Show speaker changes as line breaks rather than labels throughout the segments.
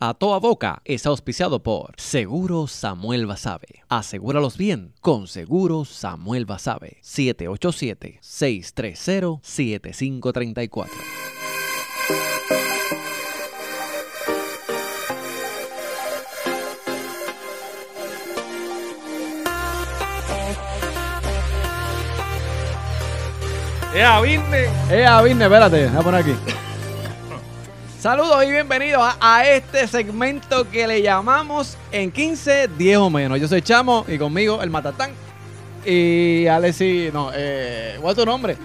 A Toa Boca es auspiciado por Seguro Samuel Basabe. Asegúralos bien con Seguro Samuel Basabe. 787-630-7534.
¡Ea, Virne!
Eh, Virne, espérate, voy a poner aquí.
Saludos y bienvenidos a, a este segmento que le llamamos En 15, 10 o menos. Yo soy Chamo y conmigo el Matatán.
Y Alexi, no, eh, ¿cuál es tu nombre?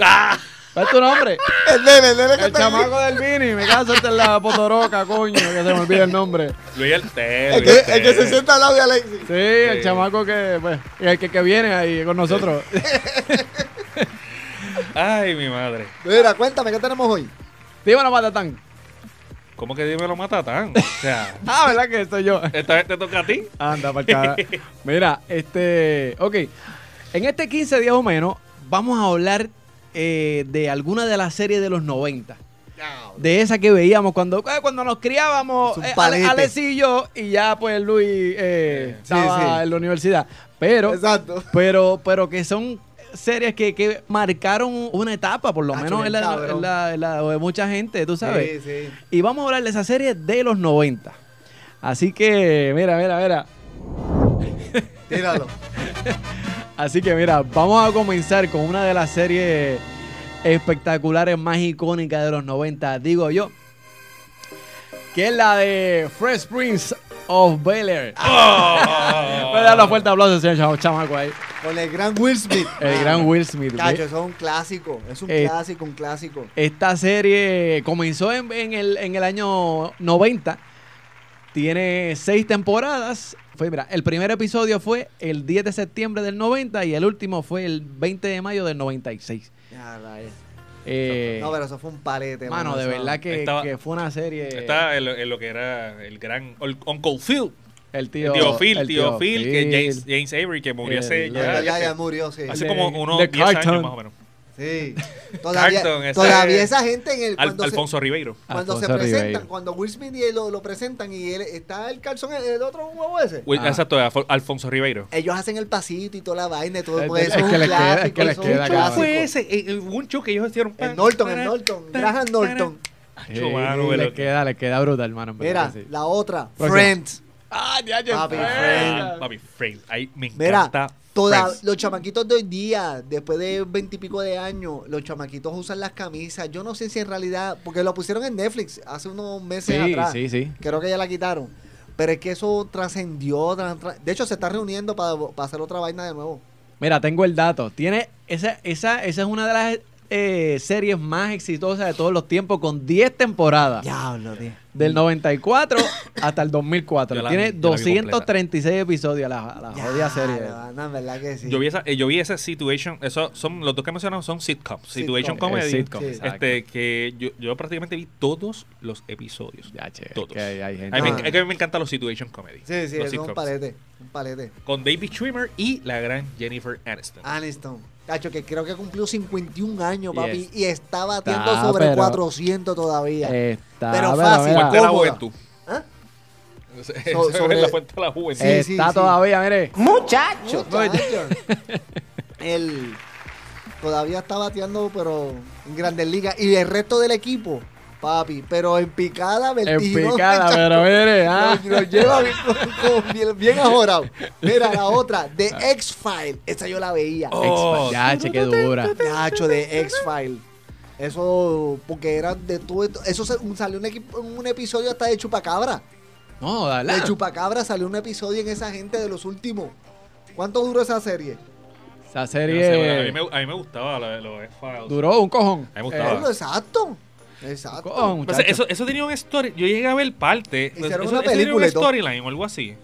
Ah. ¿Cuál es tu nombre?
El nene, el nene que
El
está aquí.
chamaco del Vini, me caso esta es la potoroca, coño, que se me olvida el nombre.
Luis Altero.
El que, el que se sienta al lado de Alexis.
Sí, el
Sí.
chamaco que, pues, el que, que viene ahí con nosotros.
Ay, mi madre.
Mira, cuéntame, ¿qué tenemos hoy?
Dímelo, Matatán.
¿Cómo que dime lo mata tan? O sea,
Ah, ¿verdad que soy yo?
esta vez te toca a ti.
Anda, para cara. Mira, este. Ok. En este 15 días o menos, vamos a hablar eh, de alguna de las series de los 90. De esa que veíamos cuando, eh, cuando nos criábamos,
Es un
eh, Ale-
palete.
Alex y yo, y ya pues Luis eh,
Sí,
estaba
sí.
en la universidad. Pero,
Exacto.
pero, pero que son series que, que marcaron una etapa, por lo
Hacho,
menos en
bien
la,
cabrón.
en la- en la- de mucha gente, tú sabes.
Sí, sí.
Y vamos a hablar de esa serie de los 90. Así que, mira, mira, mira.
Tíralo.
Así que, mira, vamos a comenzar con una de las series espectaculares más icónicas de los 90, digo yo. Que es la de Fresh Prince of Bel Air.
Ah.
Voy a dar Oh.
Oh.
la fuerte aplauso, señor chamo- chamaco ahí.
Con el gran Will Smith.
El gran Will Smith.
Ah. Cacho,
¿ve?
eso es un clásico. Es un
Eh.
clásico, un clásico.
Esta serie comenzó en, en el, en el año 90. Tiene seis temporadas. Fue, mira, el primer episodio fue el 10 de septiembre del 90 y el último fue el 20 de mayo del 96.
Ya, rayos.
Eh,
no, pero eso fue un palete.
Mano, de
eso-
verdad que,
Estaba-
que fue una serie.
Está en lo, en lo que era el gran Ol- Uncle Phil.
el tío,
Tío, tío Phil,
el
tío, Phil, que James, James Avery, que murió hace
El-
ya,
Ya,
ya
ya, ya
hace-
murió, sí.
hace
De-
como unos
de
10 años
Carlton.
más o menos.
Sí. Todavía,
Carlton, ese-
todavía esa gente en el.
Al-
Cuando se,
Alfonso Ribeiro.
cuando se
Alfonso
presentan,
Ribeiro.
cuando Will Smith y él lo, lo presentan y él está el calzón, el, el otro huevo ese.
Uy,
Ah.
Exacto, Alfo- Alfonso Ribeiro.
Ellos hacen el pasito y toda la vaina y todo.
Es-
pues,
es
eso es
que
un
les queda- es
clásico,
que les
eso es un
queda, cabrón.
clásico.
Eh, eh, hubo un show que ellos hicieron.
El Norton, el Norton. Graham Norton.
Sí,
Chacho, mano,
le,
pero-
queda, le queda brutal, hermano. en verdad
Mira,
que sí.
la otra,
Próximo.
Friends.
Ah, ya, ya,
Papi,
Friends.
Ah, Papi, Friends. Ahí me
Mira,
encanta.
toda-
Friends.
los chamaquitos de hoy día, después de veintipico de años, los chamaquitos usan las camisas. Yo no sé si en realidad, porque lo pusieron en Netflix hace unos meses
Sí,
atrás.
sí, sí.
Creo que ya la quitaron. Pero es que eso trascendió. tras- tras- de hecho, se está reuniendo para hacer otra vaina de nuevo.
Mira, tengo el dato. Tiene esa, esa, esa es una de las eh, series más exitosas de todos los tiempos con 10 temporadas.
Diablo, tío.
Del 94 hasta el 2004.
Yo la
Tiene
vi, yo la vi
236 episodios la, la jodida serie.
No, en verdad que sí.
Yo vi esa, eh, yo vi esa situation, eso son los dos que mencionaron son sitcoms, situation
Sitcom.
comedy,
Eh, sitcom,
Sí.
exacto.
este que yo, yo prácticamente vi todos los episodios.
Ya, che,
Todos.
que hay- hay gente-
A mí,
Ah.
me, es que a mí me encantan los situation comedy.
Sí, sí,
los
eso es un
sitcoms.
palete. Un palete.
Con David Schwimmer y la gran Jennifer Aniston.
Ah, Aniston. Cacho, que creo que cumplió 51 años,
Yes.
papi, y está batiendo
Está,
sobre
pero- Eh,
400 todavía.
Está,
Pero fácil.
mira.
Fuente de la
cómoda.
juventud.
¿Ah?
Esa
So-
es
sobre-
la fuente de la juventud.
Sí, sí,
está
sí.
todavía, mire.
Muchacho. Él todavía está bateando, pero en grandes ligas. Y el resto del equipo, papi, pero en picada,
En
vertiginosa.
picada, pero mire. ah.
Lo, lo lleva bien, como- como bien, bien ajorado. Mira, la otra, de X-File. Esa yo la veía.
Oh,
Expa- ya, che, qué dura.
Nacho de X-File. Eso, porque era de todo esto. Eso se- un- salió un, equipo- un episodio hasta de Chupacabra.
No, dale.
De Chupacabra salió un episodio en esa gente de los últimos. ¿Cuánto duró esa serie?
Yo
Esa
no sé, bueno, a,
serie
mí me, a mí me gustaba la, los X-Files.
eh. duró un cojón.
A mí me
Eh,
gustaba.
Pablo, exacto. Exacto.
cojón,
O sea,
muchacho.
eso, eso tenía un story. Yo llegué a ver parte. Eso,
Hicieron
eso
una
tenía un
película y todo.
storyline o algo así.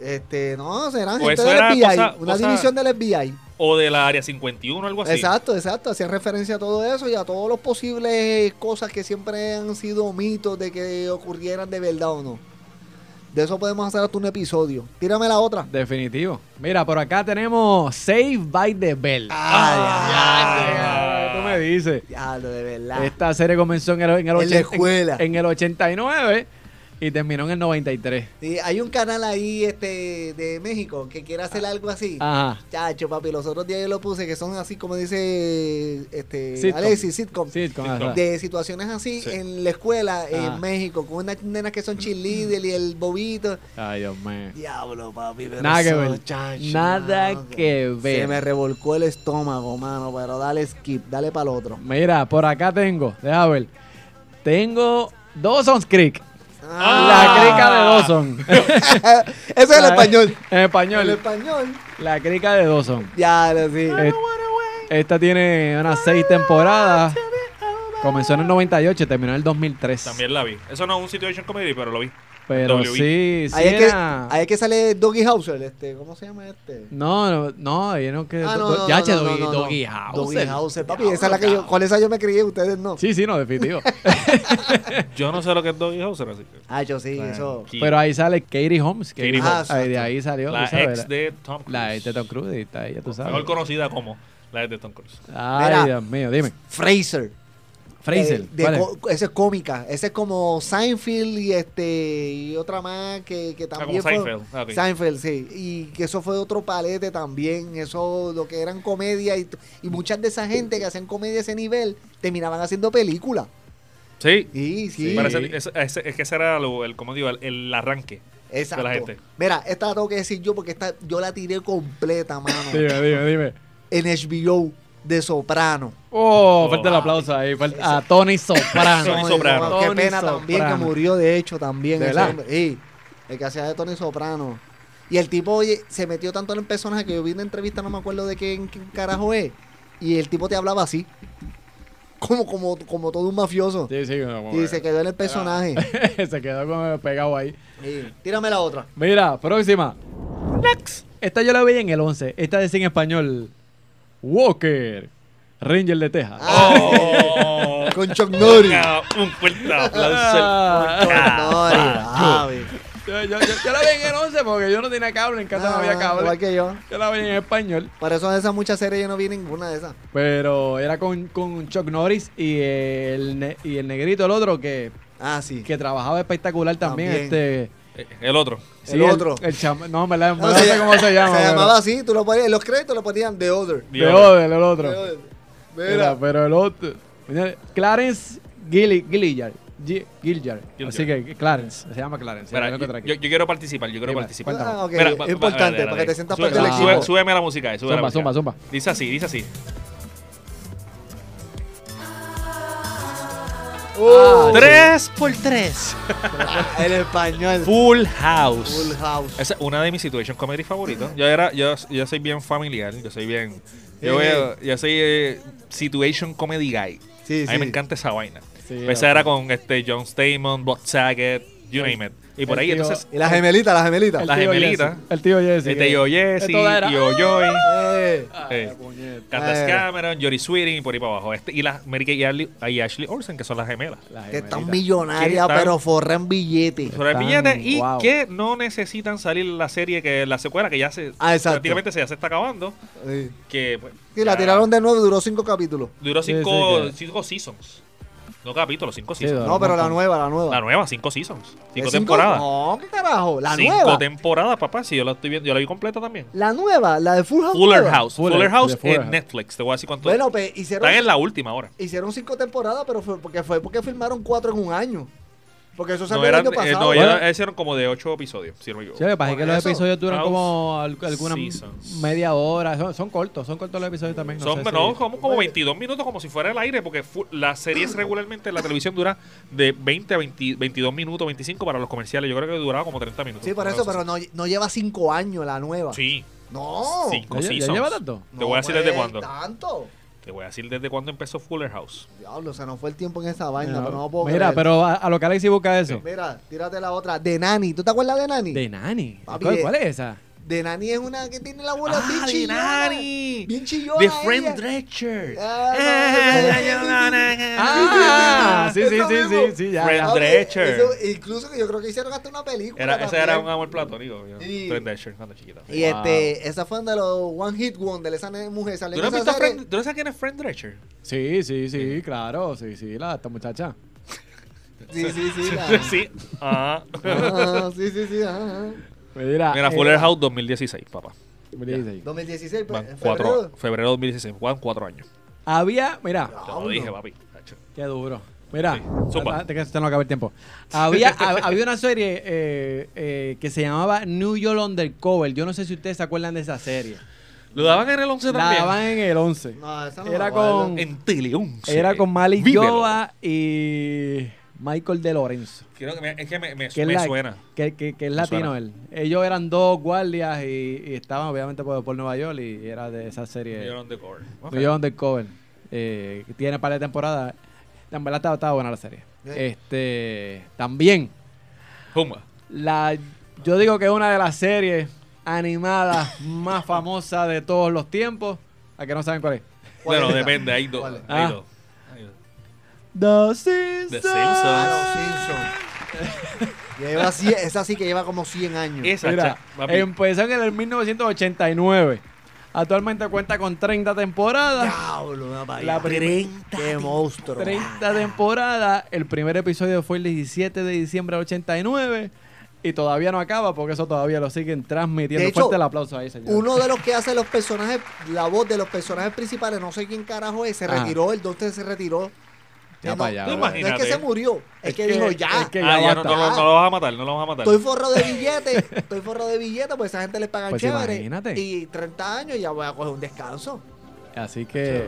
Este, no, serán
Pues eso
gente del
era
FBI.
cosa-
una
cosa-
división del FBI.
O de la área 51 o algo así.
Exacto, exacto. Hacía referencia a todo eso y a todos los posibles cosas que siempre han sido mitos de que ocurrieran de verdad o no. De eso podemos hacer hasta un episodio. Tírame la otra.
Definitivo. Mira, por acá tenemos Save by the Bell.
Ah.
Tú me dices.
Diablo, de verdad.
Esta serie comenzó Este en el, en el
En la
80
escuela.
en el 89 Y terminó en el 93.
Sí, hay un canal ahí este de México que quiere hacer algo así.
Ajá.
Chacho, papi, los otros días yo lo puse que son así como dice este
Sitcom.
Alexis, sitcom.
Sí, con
Sitcom.
De situaciones así
Sí.
en la escuela
Ah. Mm.
en México, con unas nenas que son cheerleader y el bobito.
Ay, Dios mío.
Diablo, papi, pero
Nada que
eso,
ver.
chacho,
Nada
mano,
que ver.
Se me revolcó el estómago, mano, pero dale skip, dale para el otro.
Mira, por acá tengo, déjame ver. Tengo Dawson's Creek. La crica de
Ah.
Dawson.
Ese es el español.
En
El
español.
español.
La crica de Dawson.
Ya, lo sí.
Eh, Esta tiene unas seis temporadas. Comenzó en el 98 y terminó en el 2003.
También la vi. Eso no es un situation comedy, pero lo vi.
Pero
W.
sí, sí.
Ahí es, que,
era-
ahí es que sale Doggy Hauser, este, ¿cómo se llama este?
No, no, no, ahí no que.
Ah, no,
Eh, do-
no,
ya
no,
che,
no,
Doggy-
no, no.
Doggy House.
Doggy Hauser, papi, esa es la que yo, con esa yo me crié, ustedes no.
Sí, sí, no, definitivo.
Yo no sé lo que es Doggy Hauser, así que.
Ah, yo sí, eso.
Tranquilo.
Pero ahí sale Katie Holmes. que-
Katie
Holmes.
ahí- de ahí salió.
la
tú sabes,
ex de Tom Cruise.
La ex de Tom Cruise, y está ahí, ya tú sabes.
Mejor conocida como la ex de Tom Cruise.
Ay,
Mira.
Dios mío, dime.
Fraser. Eh,
Fraser.
De- de
¿cuál es?
co- esa es cómica. Esa es como Seinfeld y este y otra más que, que
Ah,
también
como
fue-
Seinfeld, ah, ok.
Seinfeld, sí. Y que eso fue otro palete también. Eso, lo que eran comedia y, y muchas de esa gente que hacían comedia a ese nivel terminaban haciendo películas.
Sí.
Sí, sí.
Sí.
Para ese- ese- ese- es que ese era lo- el, como digo, el, el arranque.
Exacto.
de la gente.
Mira, esta la tengo que decir yo porque esta yo la tiré completa, mano.
Dime, dime, dime.
en HBO de Soprano.
Oh,
Oh,
fuerte el aplauso ahí. fuerte- A Tony
Tony
Ay,
Soprano.
Soprano.
Qué
Tony
pena
Soprano.
también que murió, de hecho, también.
¿De
ese
verdad?
hombre. Sí, el que hacía de Tony Soprano. Y el tipo, oye, se metió tanto en el personaje que yo vi una entrevista, no me acuerdo de quién, quién carajo es. Y el tipo te hablaba así. Como, como, como todo un mafioso.
Sí, sí, como
Y se quedó en el personaje.
que- se quedó como pegado ahí.
Sí. Tírame la otra.
Mira, próxima. Esta yo la veía en el 11. Esta decía en español. Walker. Ranger de Texas.
Ah.
¡Oh!
Con Chuck Norris.
Ah, Un fuerte aplauso.
Ah,
Chuck Norris, papi.
yo, yo- yo- yo la veía en el 11 porque yo no tenía cable. En casa no había
Ah, Igual
cable.
que yo.
Yo la veía en español.
Por eso de esas muchas series yo no vi ninguna de esas.
Pero era con, con Chuck Norris y el, ne- y el negrito, el otro que,
Ah, sí.
que trabajaba espectacular también.
También.
Este,
Eh, El otro.
El otro.
El, chama- no, me la,
No,
no sé cómo se llama.
Se
pero-
llamaba así, tú lo ponías, en los créditos lo ponían The Other.
The Other, el otro.
The Other.
Era,
Mira,
pero el otro. Mira, Clarence Gilli- Gilliard. Gi- Gilliard.
Gilliard.
Así que Clarence, se llama Clarence.
Mira,
ya lo
yo,
encontré aquí.
yo- yo quiero participar, yo quiero
Dime,
participar.
cuéntame.
Ah, ok,
Mira,
es
va- va- dale,
importante
dale,
para
dale.
que te sientas
Sube-
parte del
súbela,
sube-
equipo.
Súbeme la música, ahí, súbeme la
Zumba,
música.
zumba, zumba.
Dice así, dice así. Ah,
Uh, ah,
Tres por tres.
el español.
Full House.
Full House.
Esa es una de mis situation comedy favoritas. Yo era, yo, yo soy bien familiar, yo soy bien, yo,
Sí.
veo- yo soy eh, situation comedy guy.
Sí,
A mí me encanta esa vaina.
Sí,
Pues
la-
esa era con este John Stamon, Bob Saget, you name it. Y por
el
ahí
tío-
entonces
Y la gemelita, la gemelita.
la
tío
gemelita.
Jesse, El tío Jesse.
este Yo Jesse,
Esto era-
Yo Joy,
Eh,
Ah,
eh,
puñeta.
Candace
Eh.
Cameron, Jory Sweeting y por ahí para abajo. Este, y las Mary Kay y Ashley- y Ashley Olsen, que son las gemelas.
La
que
gemelita.
están millonarias,
Que están-
pero forran billetes.
Sobre el
Están-
billete y
wow.
que no necesitan salir la serie que la secuela que ya se
Ah, exacto.
prácticamente se, ya se está acabando
Sí.
que pues,
Sí, la
ya
tiraron de nuevo, duró cinco capítulos.
duró
Sí,
cinco,
sí, que-
cinco seasons no capítulos cinco
Sí,
seasons
duró.
No, pero la
montón.
nueva, la nueva.
la nueva cinco seasons cinco
¿Es
temporadas
No, ¿qué carajo? La
cinco
nueva.
temporadas papá si yo la estoy viendo yo la vi completa también
La nueva, la de Full House.
Fuller
nueva.
House
Fuller,
Fuller, House
de Fuller
en
House.
Netflix te voy a decir cuánto
Bueno, pues hicieron
están en la última ahora
Hicieron cinco temporadas, pero fue porque fue porque firmaron cuatro en un año. Porque eso salió
no eran
el año
eh,
pasado.
no
Bueno.
ellos hicieron como de ocho episodios si no me
Sí,
equivoco
lo que pasa es que
Por
los
eso,
episodios duran como al-
House
alguna
Seasons.
media hora. Son, son cortos, son cortos los episodios también. No
Son,
sé
no,
si-
como, como 22 minutos, como si fuera el aire, porque fu- las series regularmente en la televisión dura de 20 a 20 22 minutos, 25 para los comerciales. Yo creo que duraba como 30 minutos.
sí, por
Una
eso,
cosa
pero no, no lleva cinco años la nueva.
así. Sí,
No.
cinco
¿Ya- ya
seasons.
lleva tanto?
Te voy a decir desde cuándo.
Tanto.
Te voy a decir desde cuándo empezó Fuller House.
Diablo, se nos fue el tiempo en esa vaina,
Mira,
pero no puedo
Mira,
creer.
pero a, a lo que Alexi busca eso.
Mira, tírate la otra. De Nani. ¿Tú te acuerdas de Nani?
De Nani.
Papi,
¿Cuál,
eh.
cuál es esa?
De Nani es una que tiene la bola
Ah,
bien
Ah, de
chillona.
Nani.
Bien chillona.
The
ella.
Friend Dredger.
Ah,
Eh,
Ah, sí,
Eso
sí, sí,
mismo.
sí, sí, ya.
Friend
ya.
Papi,
Dredger.
eso- Incluso que yo creo que hicieron hasta una película.
Era, ese era
también.
un amor platónico. yo.
Sí.
Friend Dredger, cuando chiquita.
Y este, esa fue una de los One Hit Wonder, esa ne- mujer salió
¿Tú
en
no has
esa
visto
serie.
Friend- tú no sabes quién es Friend Dredger?
Sí, sí, sí, claro, sí, sí, la esta muchacha.
Sí, sí, sí.
Sí,
ah.
sí. Ah.
Ah, sí, sí, sí. ah, ah.
Mira,
Mira,
eh,
Fuller House 2016, papá.
mira, dice ahí.
2016, pues,
Van
en
cuatro,
febrero. Ah,
febrero 2016, van cuatro años.
Había, mira,
Te lo
Diablo.
dije, papi. Tacho.
Qué duro. Mira,
Sí, zumba.
antes que se nos acabe el tiempo. Había, hab- había una serie eh, eh, que se llamaba New York Undercover. Yo no sé si ustedes se acuerdan de esa serie.
Lo daban en el 11
La
también.
daban en el 11.
No, esa no
Era
me acuerdo.
con-
En Tele 11.
Era con Malik
Vívelo.
Yoba y Michael De Lorenzo.
Creo que me- es que me, me-
Que es,
me
la-
suena.
que- que- que es
Me
latino
suena.
él. Ellos eran dos guardias y, y estaban obviamente por, por Nueva York y era de esa serie.
You're on the cover. Ok.
New York Undercover. Eh, que tiene par de temporadas. En verdad estaba, estaba buena la serie.
Sí.
Este, también,
Pumba.
la, yo digo que es una de las series animadas más famosas de todos los tiempos. A que no saben cuál es.
¿Cuál
Bueno,
es esa?
depende, hay dos.
¿Cuál es?
Hay
Ah.
dos. Hay dos.
The
The Simpsons.
Simpsons.
Ah, los Simpsons. Lleva cien- esa sí que lleva como 100 años.
Esa,
Mira,
cha- papi.
empezaron en el 1989. Actualmente cuenta con 30 temporadas.
Diablo, una paella.
La prim-
Qué monstruo.
30 temporadas. El primer episodio fue el 17 de diciembre del 89. Y todavía no acaba porque eso todavía lo siguen transmitiendo.
De hecho,
Fuerte el aplauso ahí, señor.
Uno de los que hace los personajes, la voz de los personajes principales, no sé quién carajo es, se
Ajá.
retiró, el doctor se retiró.
Ya pa'
Eh, no,
allá,
no
bro.
es que
Imagínate.
se murió, es,
Es
que,
que-
dijo ya.
es que-
Ah, ya no,
basta.
no, no, no lo vas a matar, no lo vas a matar.
Estoy forro de billetes, estoy forro de billetes, pues esa gente le paga
Pues
chévere.
imagínate.
Y 30 años ya voy a coger un descanso.
Así que,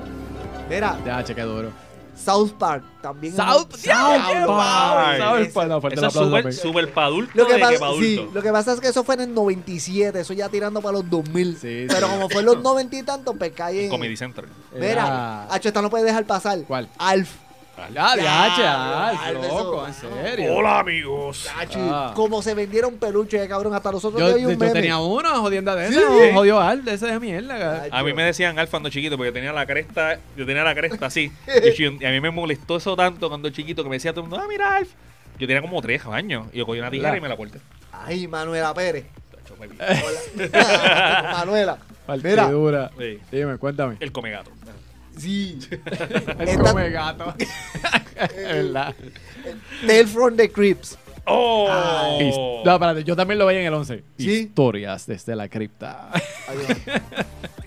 Mira,
ya, cheque duro.
South Park también. es
South-
un-
¡Ya, qué
Park!
South
Ese-
Park, no, fuerte el
Esa es
aplauso,
súper,
papi.
súper pa' adulto
Lo que,
de que
pasa,
pa'
sí,
adulto.
lo que pasa es que eso fue en el 97, eso ya tirando para los 2000.
Sí,
pero
sí.
como fue en los 90 y tantos, pues cae en.
Comedy Central.
Mira,
Era-
Hacho, esta no puede dejar pasar.
¿Cuál?
Alf.
Ya, ya,
Ya,
ya,
Alf,
ah, loco,
eso-
en serio.
Hola, amigos.
Hacho,
Ah.
Como se vendieron peluches, cabrón, hasta nosotros
Yo,
hay un
yo
meme.
tenía una jodienda de
Sí.
esa,
Sí.
jodió al de esa de mierda.
Ay,
A mí me decían Alf cuando chiquito porque tenía la cresta, yo tenía la cresta así. Y yo- y a mí me molestó eso tanto cuando chiquito que me decía todo el mundo, ah, mira Alf. Yo tenía como tres años y yo cogí una tijera
La-
y me la corté.
Ay, Manuela Pérez.
Tacho, papi.
Hola. Manuela. Mira,
Partidura.
Sí.
Dime, cuéntame.
El come gato.
sí.
El
Esta- Eh,
come gato. Es verdad.
Tale from the Crips.
His-
¡Oh!
No, espérate, yo también lo veía en el 11.
Sí.
Historias desde la cripta.
Ay, Dios.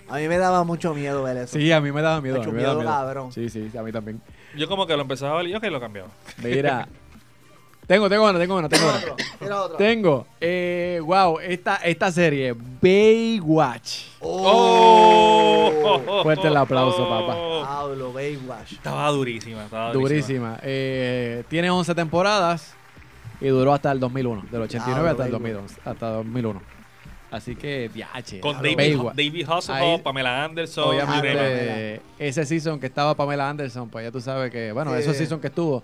A mí me daba mucho miedo ver eso.
Sí, a mí me daba miedo. A
Hacho,
mí me daba
miedo,
miedo.
cabrón.
Sí, sí, a mí también.
Yo como que lo empezaba a ver y yo que lo cambiaba.
Mira. tengo, tengo una, tengo una, tengo una.
Otro, Era otro.
Tengo, eh, wow, esta, esta serie, Baywatch.
¡Oh!
Fuerte el aplauso, papá.
Pablo Baywatch.
Estaba durísima, estaba durísima.
Durísima. Eh, tiene 11 temporadas y duró hasta el 2001. Del 89
Diablo,
hasta el
Baywatch.
2011, hasta 2001. Así que, viaje.
Con David,
Baywatch.
David
Ahí-
Hasselhoff, Pamela Anderson,
obviamente
Jurema.
Pamela.
eh, ese season que estaba Pamela Anderson, pues ya tú sabes que, bueno,
Sí.
esos season que estuvo,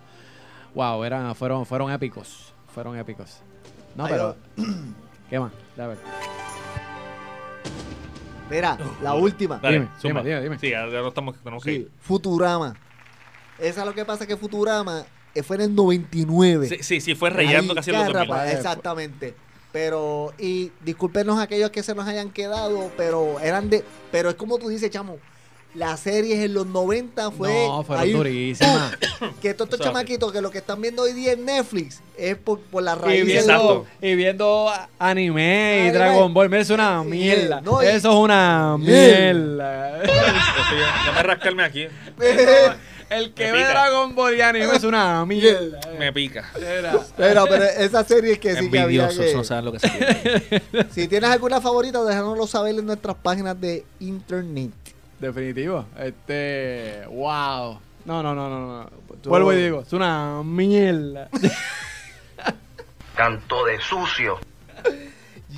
wow, eran, fueron, fueron épicos. Fueron épicos. No,
Ay, oh.
pero. ¿Qué más? A ver.
Mira,
Oh.
la última.
Dale,
Dime,
zumba.
dime, dime, dime.
Sí, ya, ya no estamos, tenemos que
Sí,
ir.
Futurama. Esa es lo que pasa que Futurama eh, fue en el 99.
Sí, sí, sí, fue rayando
Ahí,
casi los 2000.
carrapa, Exactamente. Pero, y discúlpenos a aquellos que se nos hayan quedado, pero eran de. Pero es como tú dices, chamo. Las series en los 90 fue.
no, fueron
ahí,
durísimas.
Que todos estos
Eso es así.
chamaquitos que lo que están viendo hoy día en Netflix es por, por las
y
raíces. de-
viendo,
Exacto.
y viendo anime y
Ay,
Dragon
ay.
Ball. Mira, eso es una mierda.
no, y-
eso es una
Mierda.
mierda.
Estoy- Déjame rascarme aquí.
El que
Me
ve
pica.
Dragon Ball y anime es una mierda.
Me pica.
Era.
Pero, pero esas series que sí que había que-
saben lo que se pierden.
Si tienes alguna favorita, déjanoslo saber en nuestras páginas de internet.
Definitivo. Este. Wow. No, no, no, no. no. Vuelvo y digo, es una mierda.
Canto de sucio.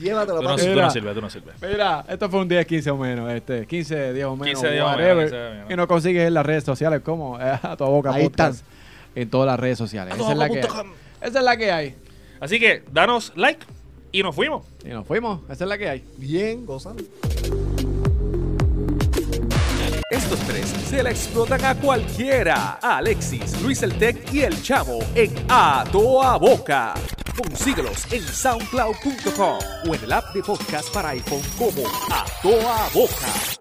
Llévatelo,
Tú no,
papi.
tú
Mira.
no sirves, tú no sirves.
Mira, esto fue un 10, 15 o menos. Este, 15, 10 o menos.
15, 10 o menos,
whatever.
15 o menos.
Y nos consigues en las redes sociales como eh, a tu boca
Ahí
podcast. En todas las redes sociales. Esa es la que hay. Esa es la que hay.
Así que danos like y nos fuimos.
Y nos fuimos. Esa es la que hay.
Bien, gozando.
Estos tres se la explotan a cualquiera. Alexis, Luis el Tech y el Chavo en A Toa Boca. Consíguelos en soundcloud.com o en el app de podcast para iPhone como A Toa Boca.